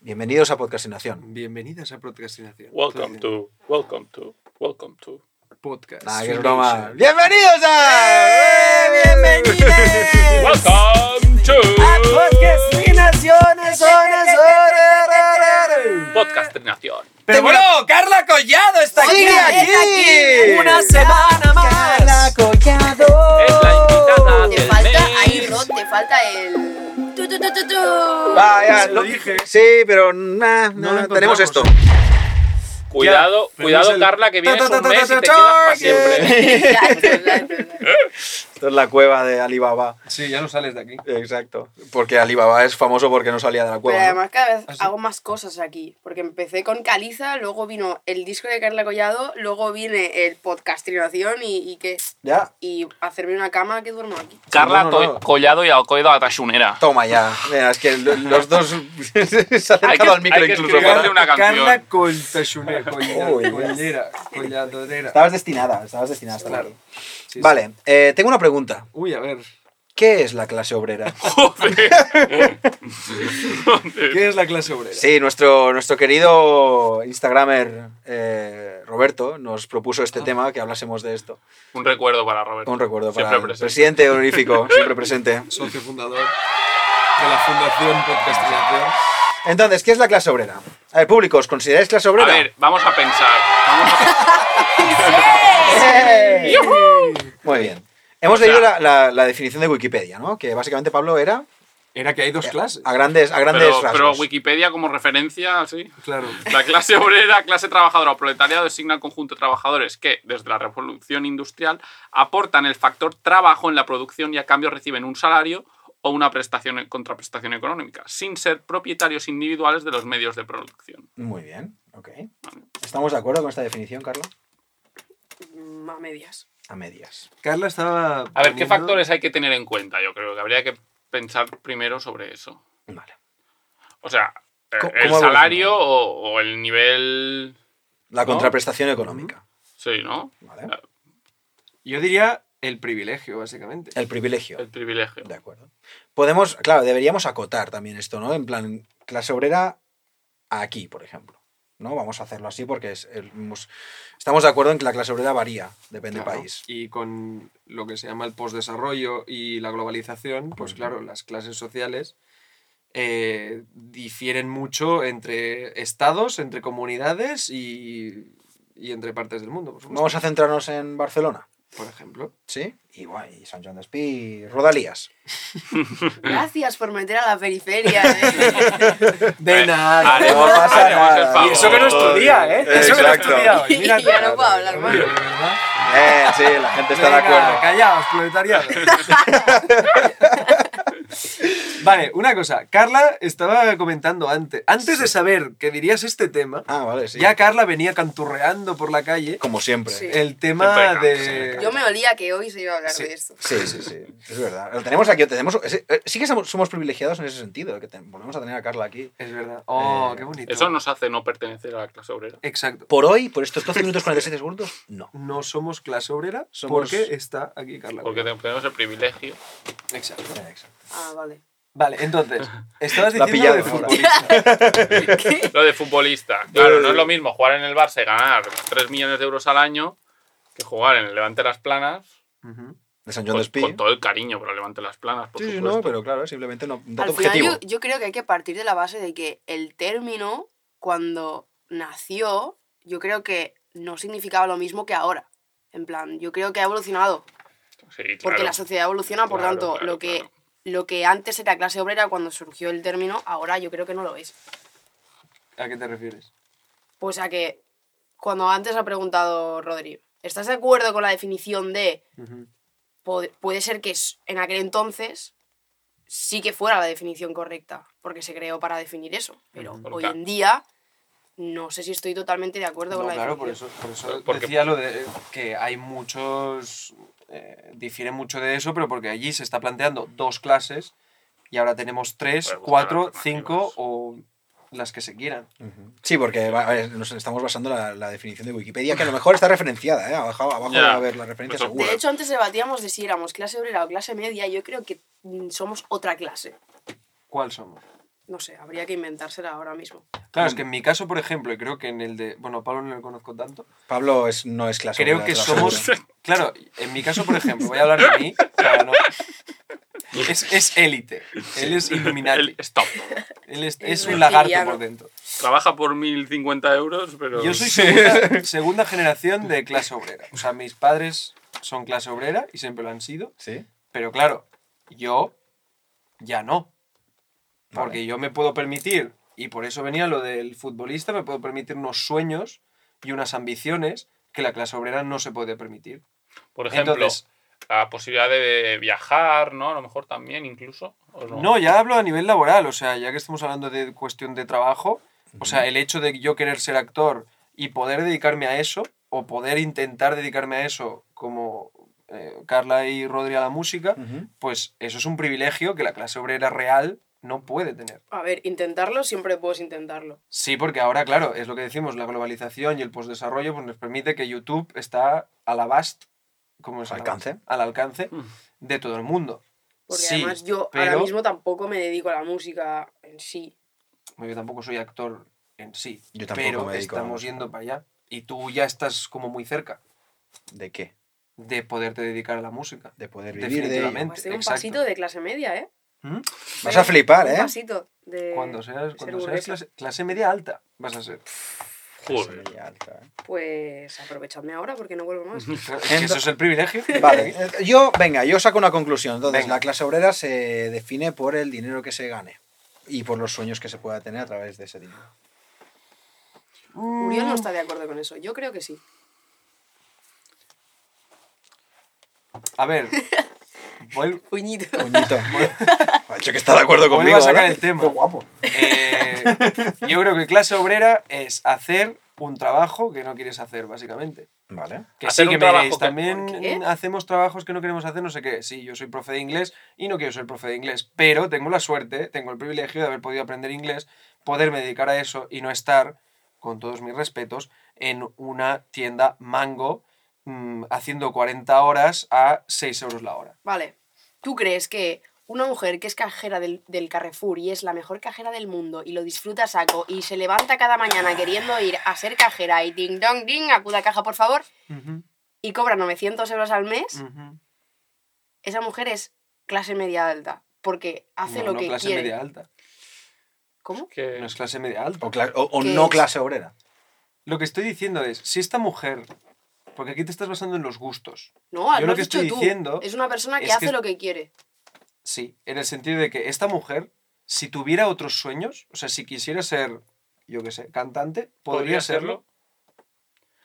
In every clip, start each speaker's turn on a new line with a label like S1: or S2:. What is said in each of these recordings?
S1: Bienvenidos a Podcastinación.
S2: Bienvenidas a Podcastinación.
S3: Welcome to, welcome to, welcome to.
S2: Podcast.
S1: Nada, Ah, que es
S2: Solution.
S1: broma. ¡Bienvenidos a!
S4: ¡Bienvenidos!
S5: Ah,
S3: Welcome to.
S4: ¡A Podcastinación! ¡Eso, eso!
S3: Podcastinación.
S4: Pero bueno,
S2: Carla Collado está
S1: ¡Sigue aquí!
S4: ¡Una semana
S1: Carla
S4: más!
S3: Es la invitada
S5: Oh, Te
S3: del
S5: falta
S3: mes.
S5: ahí, Rod, te falta el. Tu, tu, tu, tu, tu.
S1: Vaya,
S2: Lo dije.
S1: Sí, pero nah,
S2: No
S1: nah,
S2: lo
S1: tenemos
S2: encontramos.
S1: esto.
S3: Cuidado,
S2: pero
S3: cuidado,
S2: es el-
S3: Carla, que vienes
S2: Ta, ta,
S3: un
S2: ta,
S3: mes
S2: ta,
S3: y te
S2: ta,
S3: quedas para
S2: ta,
S3: siempre.
S5: Exacto, exacto, exacto.
S1: Esto es la cueva de Alibaba.
S2: Sí, ya no sales de aquí.
S1: Exacto. Porque Alibaba es famoso porque no salía de la
S5: Pero
S1: cueva. ¿no?
S5: además cada vez
S2: Ah, sí.
S5: hago más cosas aquí. Porque empecé con Caliza, luego vino el disco de Carla Collado, luego viene el podcastinación y, y qué.
S1: Ya.
S5: Y hacerme una cama que duermo aquí.
S3: Carla
S1: No, no, no.
S3: To- Collado y Alcoido a Tashunera.
S1: Toma ya. Mira, es que lo- los dos se ha
S3: Hay que-
S1: acercado al micro
S3: hay que
S1: incluso.
S3: escribirle
S1: para-
S3: una canción.
S2: Carla Coltashune,
S1: Oh, yes.
S2: collera, colladorera.
S1: Estabas destinada, estabas destinada. a estar
S2: Claro.
S1: aquí.
S2: Sí, sí.
S1: Vale, eh, tengo una pregunta.
S2: Uy, a ver.
S1: ¿Qué es la clase obrera?
S2: ¿Qué es la clase obrera?
S1: Sí, nuestro, nuestro querido Instagramer eh, Roberto nos propuso
S3: Ah.
S1: este tema, que hablásemos de esto.
S3: Un recuerdo para Roberto.
S1: Un recuerdo para
S3: Siempre
S1: el
S3: presente.
S1: presidente honorífico, siempre presente.
S2: Socio fundador de la Fundación Podcastinación.
S1: Entonces, ¿qué es la clase obrera? A ver, públicos, ¿consideráis clase
S3: A
S1: obrera?
S3: ver, vamos a pensar. Vamos a
S1: ¡Eh! Muy bien. Hemos
S3: O sea-
S1: leído la, la- la definición de Wikipedia, ¿no? Que básicamente Pablo era
S2: Era que hay dos clases.
S1: a grandes, a grandes
S3: pero, pero
S1: rasgos.
S3: Wikipedia como referencia, sí.
S2: Claro.
S3: La clase obrera, clase trabajadora o proletariado designa al conjunto de trabajadores que, desde la revolución industrial, aportan el factor trabajo en la producción y a cambio reciben un salario o una prestación contraprestación económica, sin ser propietarios individuales de los medios de producción.
S1: Muy bien, ok. ¿Estamos de acuerdo con esta definición, Carlos?
S5: Mm, A medias.
S1: A medias.
S2: Carla estaba.
S3: A ver, ¿qué
S2: poniendo-
S3: factores hay que tener en cuenta? Yo creo que habría que pensar primero sobre eso.
S1: Vale.
S3: O sea, eh,
S1: ¿Cómo-
S3: el
S1: cómo
S3: salario o, o el nivel...
S1: La
S3: ¿No?
S1: contraprestación económica.
S3: Sí, ¿no?
S1: ¿Vale?
S2: Yo diría el privilegio, básicamente.
S1: El privilegio.
S3: El privilegio.
S1: De acuerdo. Podemos, claro, deberíamos acotar también esto, ¿no? En plan, clase obrera a aquí, por ejemplo. ¿No? Vamos a hacerlo así porque es el- hemos- estamos de acuerdo en que la clase obrera varía, depende del
S2: Claro.
S1: país.
S2: Y con lo que se llama el postdesarrollo y la globalización, pues
S1: Ujú.
S2: claro, las clases sociales eh, difieren mucho entre estados, entre comunidades y, y entre partes del mundo, por supuesto.
S1: Vamos a centrarnos en Barcelona,
S2: Por ejemplo.
S1: ¿sí? Y, bueno, y San John de Espí, Rodalías.
S5: Gracias por meter a la periferia. ¿eh?
S2: De nada.
S3: haremos-
S1: No pasa
S3: haremos el
S1: nada.
S3: favor.
S2: Y eso que no estudia, ¿eh? Eso que no
S1: Exacto.
S2: estudia hoy.
S5: Y
S2: Mira,
S5: ya no puedo hablar más.
S2: Oye, de verdad.
S1: Eh, sí, la gente está de
S2: Venga,
S1: acuerdo.
S2: Callaos, proletariado. vale, una cosa. Carla estaba comentando antes. Antes de saber que dirías este tema,
S1: Ah, vale, sí.
S2: ya Carla venía canturreando por la calle
S1: Como siempre.
S5: Sí.
S2: el tema
S3: Siempre,
S2: de.
S5: Yo me olía que hoy se iba a hablar
S2: Sí.
S5: de esto.
S1: Sí, sí, sí. Es verdad. Lo tenemos aquí. Tenemos, es- eh, sí que somos somos privilegiados en ese sentido, que te- volvemos a tener a Carla aquí.
S2: Es verdad. Oh,
S1: Eh,
S2: qué bonito.
S3: Eso nos hace no pertenecer a la clase obrera.
S2: Exacto.
S1: Por hoy, por estos 12 minutos 47 segundos, no.
S2: No somos clase obrera
S1: Somos-
S2: porque está aquí Carla.
S3: Porque tenemos el privilegio.
S2: Exacto.
S1: Eh, exacto.
S5: Ah, vale.
S2: Vale, entonces, estabas
S1: La
S2: diciendo de
S1: pillado ahora.
S2: futbolista.
S3: Lo de futbolista. Claro, no es
S2: Eh.
S3: lo mismo jugar en el Barça y ganar 3 millones de euros al año que jugar en el Levante Las Planas.
S2: Ujú.
S1: De San John
S3: Con,
S1: de Espí.
S3: con todo el cariño, pero Levante Las Planas, por
S1: Sí, sí,
S3: supuesto.
S1: no, pero claro, simplemente no. un dato
S5: Al final
S1: objetivo.
S5: yo, yo creo que hay que partir de la base de que el término, cuando nació, yo creo que no significaba lo mismo que ahora. En plan, yo creo que ha evolucionado.
S3: Sí,
S5: Porque
S3: claro.
S5: la sociedad evoluciona, por
S3: Claro,
S5: tanto,
S3: claro,
S5: lo, que,
S3: claro.
S5: lo que antes era clase obrera cuando surgió el término, ahora yo creo que no lo es.
S2: ¿A qué te refieres?
S5: Pues a que, cuando antes ha preguntado Rodrigo, ¿estás de acuerdo con la definición de
S2: Ujú.
S5: pod- puede ser que s- en aquel entonces sí que fuera la definición correcta, porque se creó para definir eso. Pero
S3: Ujú.
S5: hoy en día no sé si estoy totalmente de acuerdo con
S2: No,
S5: la
S2: claro, por
S5: definición.
S2: eso, por eso
S3: Porque-
S2: decía lo de que hay muchos. eh, difiere mucho de eso, pero porque allí se está planteando dos clases y ahora tenemos tres,
S3: Para buscar
S2: cuatro,
S3: alternativas.
S2: cinco o las que se quieran.
S1: Ujú. Sí, porque va- a ver, nos estamos basando en la, la definición de Wikipedia, que a lo mejor está referenciada, ¿eh? Abajo, abajo
S3: Ya.
S1: va a haber la referencia
S3: Eso
S1: segura.
S5: De hecho, antes debatíamos de si éramos clase obrera o clase media. Yo creo que mm, somos otra clase.
S2: ¿Cuál somos?
S5: No sé, habría que inventársela ahora mismo.
S2: Claro, es que en mi caso, por ejemplo, y creo que en el de. Bueno, Pablo no lo conozco tanto.
S1: Pablo es, no es clase
S2: Creo
S1: obrera,
S2: que
S1: es clase
S2: somos.
S1: obrera.
S2: Claro, en mi caso, por ejemplo, voy a hablar de mí. para no- es, es élite. Él es Illuminati.
S3: El stop.
S2: Él es,
S5: Es
S2: es un lagarto
S5: reptiliano.
S2: por dentro.
S3: Trabaja por 1.050 euros, pero...
S2: Yo soy segunda, segunda generación de clase obrera. O sea, mis padres son clase obrera y siempre lo han sido.
S1: ¿Sí?
S2: Pero claro, yo ya no.
S1: Vale.
S2: Porque yo me puedo permitir, y por eso venía lo del futbolista, me puedo permitir unos sueños y unas ambiciones que la clase obrera no se puede permitir.
S3: Por ejemplo,
S2: Entonces-
S3: la posibilidad de viajar, ¿no? A lo mejor también, incluso. ¿o no?
S2: No, ya hablo a nivel laboral, o sea, ya que estamos hablando de cuestión de trabajo, o sea, el hecho de yo querer ser actor y poder dedicarme a eso, o poder intentar dedicarme a eso como eh, Carla y Rodri a la música,
S1: Ujú.
S2: pues eso es un privilegio que la clase obrera real no puede tener.
S5: A ver, intentarlo siempre puedes intentarlo.
S2: Sí, porque ahora, claro, es lo que decimos, la globalización y el postdesarrollo pues, nos permite que YouTube está al abast, como es
S1: Al
S2: abast?
S1: alcance.
S2: al alcance
S3: Mm.
S2: de todo el mundo.
S5: Porque
S2: Sí,
S5: además yo ahora
S2: pero-
S5: mismo tampoco me dedico a la música en sí.
S2: Yo tampoco soy actor en sí,
S1: Yo tampoco
S2: pero
S1: me dedico a la
S2: estamos
S1: música.
S2: yendo para allá. Y tú ya estás como muy cerca
S1: ¿De qué?
S2: de poderte dedicar a la música.
S1: De poder vivir de ello.
S2: Definitivamente.
S5: Pues tengo un
S2: exacto.
S5: pasito de clase media, ¿eh?
S2: ¿Mm?
S1: Vas a flipar,
S5: Un
S1: ¿eh?
S5: pasito de...
S2: Cuando seas,
S5: ser
S2: cuando seas
S5: burguesa.
S2: clase, clase media alta, vas a ser.
S3: Joder.
S1: Sí, alta, ¿eh?
S5: Pues aprovechadme ahora porque no vuelvo más.
S2: Claro, es que eso es el privilegio.
S1: Vale, eh, yo, venga, yo saco una conclusión. Entonces,
S2: Venga.
S1: la clase obrera se define por el dinero que se gane y por los sueños que se pueda tener a través de ese dinero.
S5: Uriel no está de acuerdo con eso. Yo creo que sí.
S2: A ver, vuel-
S5: Puñito.
S1: Coñito. Ha dicho que está de acuerdo
S2: Vuelvo a
S1: conmigo.
S2: sacar
S1: ¿no?
S2: el tema.
S1: Qué guapo.
S2: Eh, yo creo que clase obrera es hacer un trabajo que no quieres hacer, básicamente.
S1: Vale.
S2: Que
S3: Hacer
S2: sí, que me
S3: un trabajo
S2: diréis,
S3: que-
S2: también
S5: ¿Qué?
S2: hacemos trabajos que no queremos hacer, no sé qué. Sí, yo soy profe de inglés y no quiero ser profe de inglés, pero tengo la suerte, tengo el privilegio de haber podido aprender inglés, poderme dedicar a eso y no estar, con todos mis respetos, en una tienda mango mm, haciendo 40 horas a 6 euros la hora.
S5: Vale. ¿Tú crees que una mujer que es cajera del, del Carrefour y es la mejor cajera del mundo y lo disfruta a saco y se levanta cada mañana queriendo ir a ser cajera y ding dong ding, acuda a caja por favor, y cobra 900 euros al mes,
S2: Ujú.
S5: esa mujer es clase media alta porque hace
S2: No,
S5: lo
S2: no
S5: que
S2: clase
S5: quiere.
S2: media alta.
S5: ¿Cómo?
S3: Que-
S2: No es clase media alta.
S1: O, cla- o- o
S5: ¿Qué
S1: no
S5: es?
S1: clase obrera.
S2: Lo que estoy diciendo es, si esta mujer, porque aquí te estás basando en los gustos,
S5: No,
S2: Yo
S5: lo
S2: lo
S5: has
S2: que
S5: dicho
S2: estoy
S5: tú.
S2: diciendo
S5: es una persona que
S2: es
S5: hace
S2: que-
S5: lo que quiere.
S2: sí, en el sentido de que esta mujer, si tuviera otros sueños, o sea, si quisiera ser, yo qué sé, cantante, podría,
S3: ¿Podría
S2: serlo.
S3: serlo?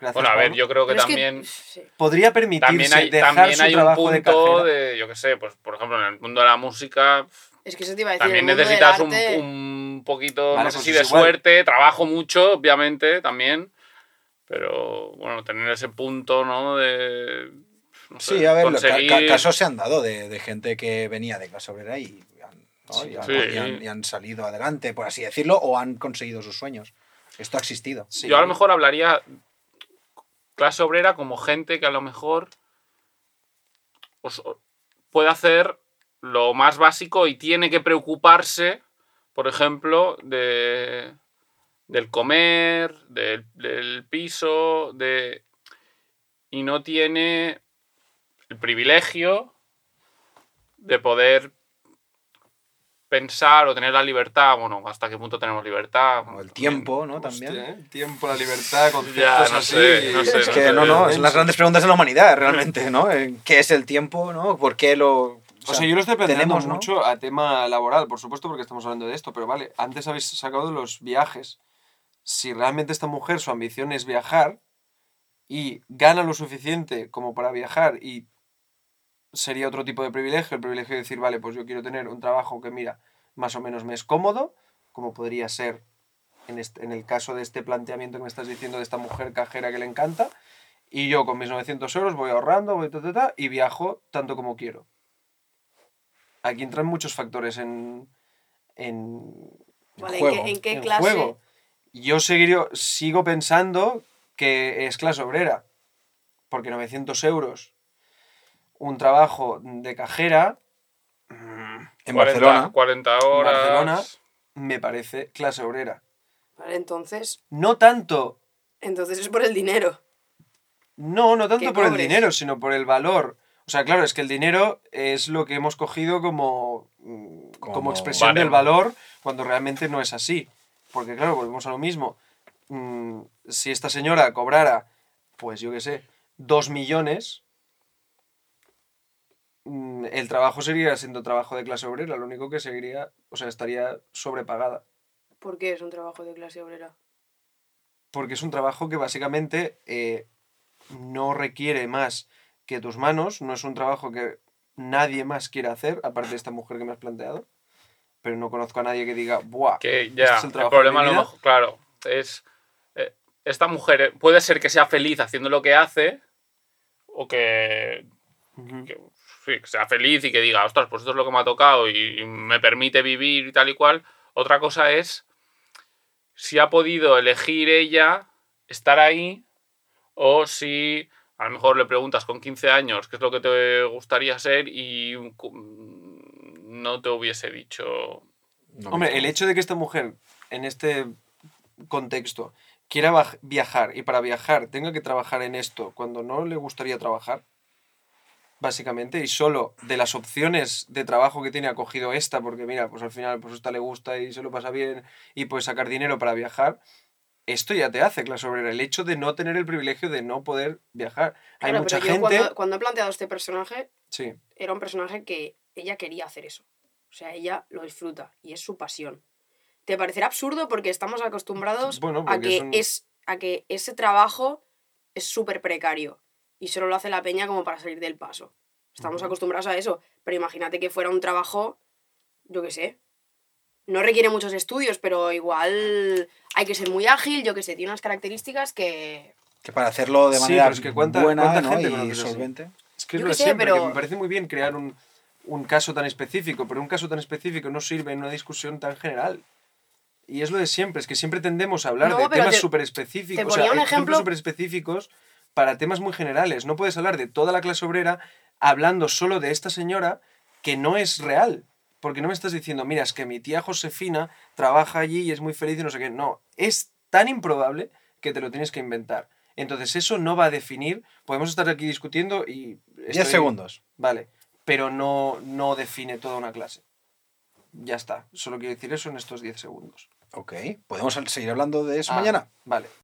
S2: Gracias,
S3: Bueno, a ver,
S2: Pablo.
S3: yo creo que
S5: Pero es
S3: también...
S5: sí.
S2: Podría permitirse
S3: También hay,
S2: dejar
S3: también
S2: su
S3: hay un
S2: trabajo de
S3: punto
S2: cajera.
S3: de, yo qué sé, pues por ejemplo en el mundo de la música
S5: Es que eso te iba a decir.
S3: también
S5: el mundo del
S3: necesitas un,
S5: arte-
S3: un poquito,
S2: Vale,
S3: no sé
S2: pues
S3: si
S2: es
S3: de
S2: igual.
S3: suerte, trabajo mucho, obviamente, también, pero bueno, tener ese punto, ¿no? De, no sé,
S1: Sí, a ver, lo- ca-
S3: conseguir-
S1: ca- casos se han dado de, de gente que venía de clase obrera y han, ¿no?
S2: Sí.
S1: Y han-
S3: Sí.
S1: y han- y han salido adelante, por así decirlo, o han conseguido sus sueños. Esto ha existido.
S2: Sí.
S3: Yo a lo mejor hablaría clase obrera como gente que a lo mejor os- puede hacer lo más básico y tiene que preocuparse, por ejemplo, de, del comer, del, del piso, de, y no tiene el privilegio de poder pensar o tener la libertad, bueno, hasta qué punto tenemos libertad.
S1: O el
S3: También.
S1: tiempo, ¿no?
S2: Hostia,
S1: También.
S2: ¿eh? Tiempo, la libertad,
S3: Ya,
S2: conceptos
S3: no
S2: así.
S3: sé, no sé,
S1: Es que no,
S2: Eh,
S1: no, es las grandes preguntas de la humanidad, realmente, ¿no? Eh, ¿Qué es el tiempo, no? ¿Por qué lo...? O
S2: O sea, yo lo estoy planteando
S1: tenemos, ¿no?
S2: mucho a tema laboral, por supuesto, porque estamos hablando de esto, pero vale, antes habéis sacado los viajes. Si realmente esta mujer su ambición es viajar y gana lo suficiente como para viajar y sería otro tipo de privilegio, el privilegio de decir, vale, pues yo quiero tener un trabajo que, mira, más o menos me es cómodo, como podría ser en, este- en el caso de este planteamiento que me estás diciendo de esta mujer cajera que le encanta, y yo con mis 900 euros voy ahorrando, voy ta, ta, ta, y viajo tanto como quiero. Aquí entran muchos factores en, en,
S5: Vale, ¿en,
S1: juego,
S5: qué, en qué
S2: en
S5: clase?
S2: juego. Yo seguiría- sigo pensando que es clase obrera, porque 900 euros, un trabajo de cajera,
S1: En
S3: 40,
S1: Barcelona.
S3: 40 horas.
S2: Barcelona. mm, me parece clase obrera.
S5: Vale, entonces,
S2: No tanto,
S5: entonces es por el dinero.
S2: no, no
S5: Que
S2: tanto por el
S5: pobres.
S2: dinero, sino por el valor. O sea, claro, es que el dinero es lo que hemos cogido como, mm, como,
S1: Como-
S2: expresión
S3: Vale.
S2: del valor cuando realmente no es así. Porque claro, volvemos a lo mismo. Mm, si esta señora cobrara, pues yo qué sé, dos millones, mm, el trabajo seguiría siendo trabajo de clase obrera, lo único que seguiría, o sea, estaría sobrepagada.
S5: ¿Por qué es un trabajo de clase obrera?
S2: porque es un trabajo que básicamente eh, no requiere más que tus manos, no es un trabajo que nadie más quiera hacer, aparte de esta mujer que me has planteado, pero no conozco a nadie que diga, ¡buah!
S3: Que ya,
S2: Este es el
S3: el,
S2: trabajo
S3: problema a
S2: de mi
S3: lo
S2: vida.
S3: mejor, claro, es. eh, esta mujer eh, puede ser que sea feliz haciendo lo que hace, o que,
S2: Ujú.
S3: que, sí, que sea feliz y que diga, ostras, pues esto es lo que me ha tocado y, y me permite vivir y tal y cual. Otra cosa es si ha podido elegir ella estar ahí, o si a lo mejor le preguntas con 15 años qué es lo que te gustaría ser y cu- no te hubiese dicho
S1: No,
S2: Hombre,
S1: no.
S2: el hecho de que esta mujer, en este contexto, quiera baj- viajar y para viajar tenga que trabajar en esto cuando no le gustaría trabajar, básicamente, y solo de las opciones de trabajo que tiene ha cogido esta, porque mira, pues al final pues esta le gusta y se lo pasa bien y puede sacar dinero para viajar, esto ya te hace clase obrera. El hecho de no tener el privilegio de no poder viajar. Hay
S5: Claro,
S2: mucha
S5: pero yo
S2: gente...
S5: Cuando, cuando he planteado este personaje,
S2: Sí,
S5: era un personaje que ella quería hacer eso. O sea, ella lo disfruta y es su pasión. Te parecerá absurdo porque estamos acostumbrados
S2: Bueno,
S5: a,
S2: porque
S5: que
S2: es un-
S5: es, a que ese trabajo es súper precario y solo lo hace la peña como para salir del paso. Estamos
S2: Ujú.
S5: acostumbrados a eso, pero imagínate que fuera un trabajo, yo qué sé, no requiere muchos estudios, pero igual hay que ser muy ágil, yo qué sé, tiene unas características que...
S1: Que para hacerlo de
S2: Sí,
S1: manera
S2: pero es que cuánta-
S1: buena
S2: cuánta
S1: ¿no?
S2: gente
S1: y
S2: conoces así.
S1: solvente.
S2: Es que es
S5: Yo
S2: lo
S5: qué
S2: de
S5: sé,
S2: siempre, que
S5: pero-
S2: me parece muy bien crear un, un caso tan específico, pero un caso tan específico no sirve en una discusión tan general. Y es lo de siempre, es que siempre tendemos a hablar
S5: No,
S2: de
S5: pero
S2: temas
S5: te-
S2: súper específicos,
S5: te
S2: o sea,
S5: ponía un ejemplo-
S2: ejemplos súper específicos para temas muy generales. No puedes hablar de toda la clase obrera hablando solo de esta señora que no es real. Porque no me estás diciendo, mira, es que mi tía Josefina trabaja allí y es muy feliz y no sé qué. No, es tan improbable que te lo tienes que inventar. Entonces eso no va a definir, podemos estar aquí discutiendo y...
S1: 10
S2: estoy-
S1: segundos.
S2: Vale, pero no, no define toda una clase. Ya está, solo quiero decir eso en estos 10 segundos.
S1: Ok. ¿Podemos seguir hablando de eso
S2: Ah,
S1: mañana?
S2: Vale.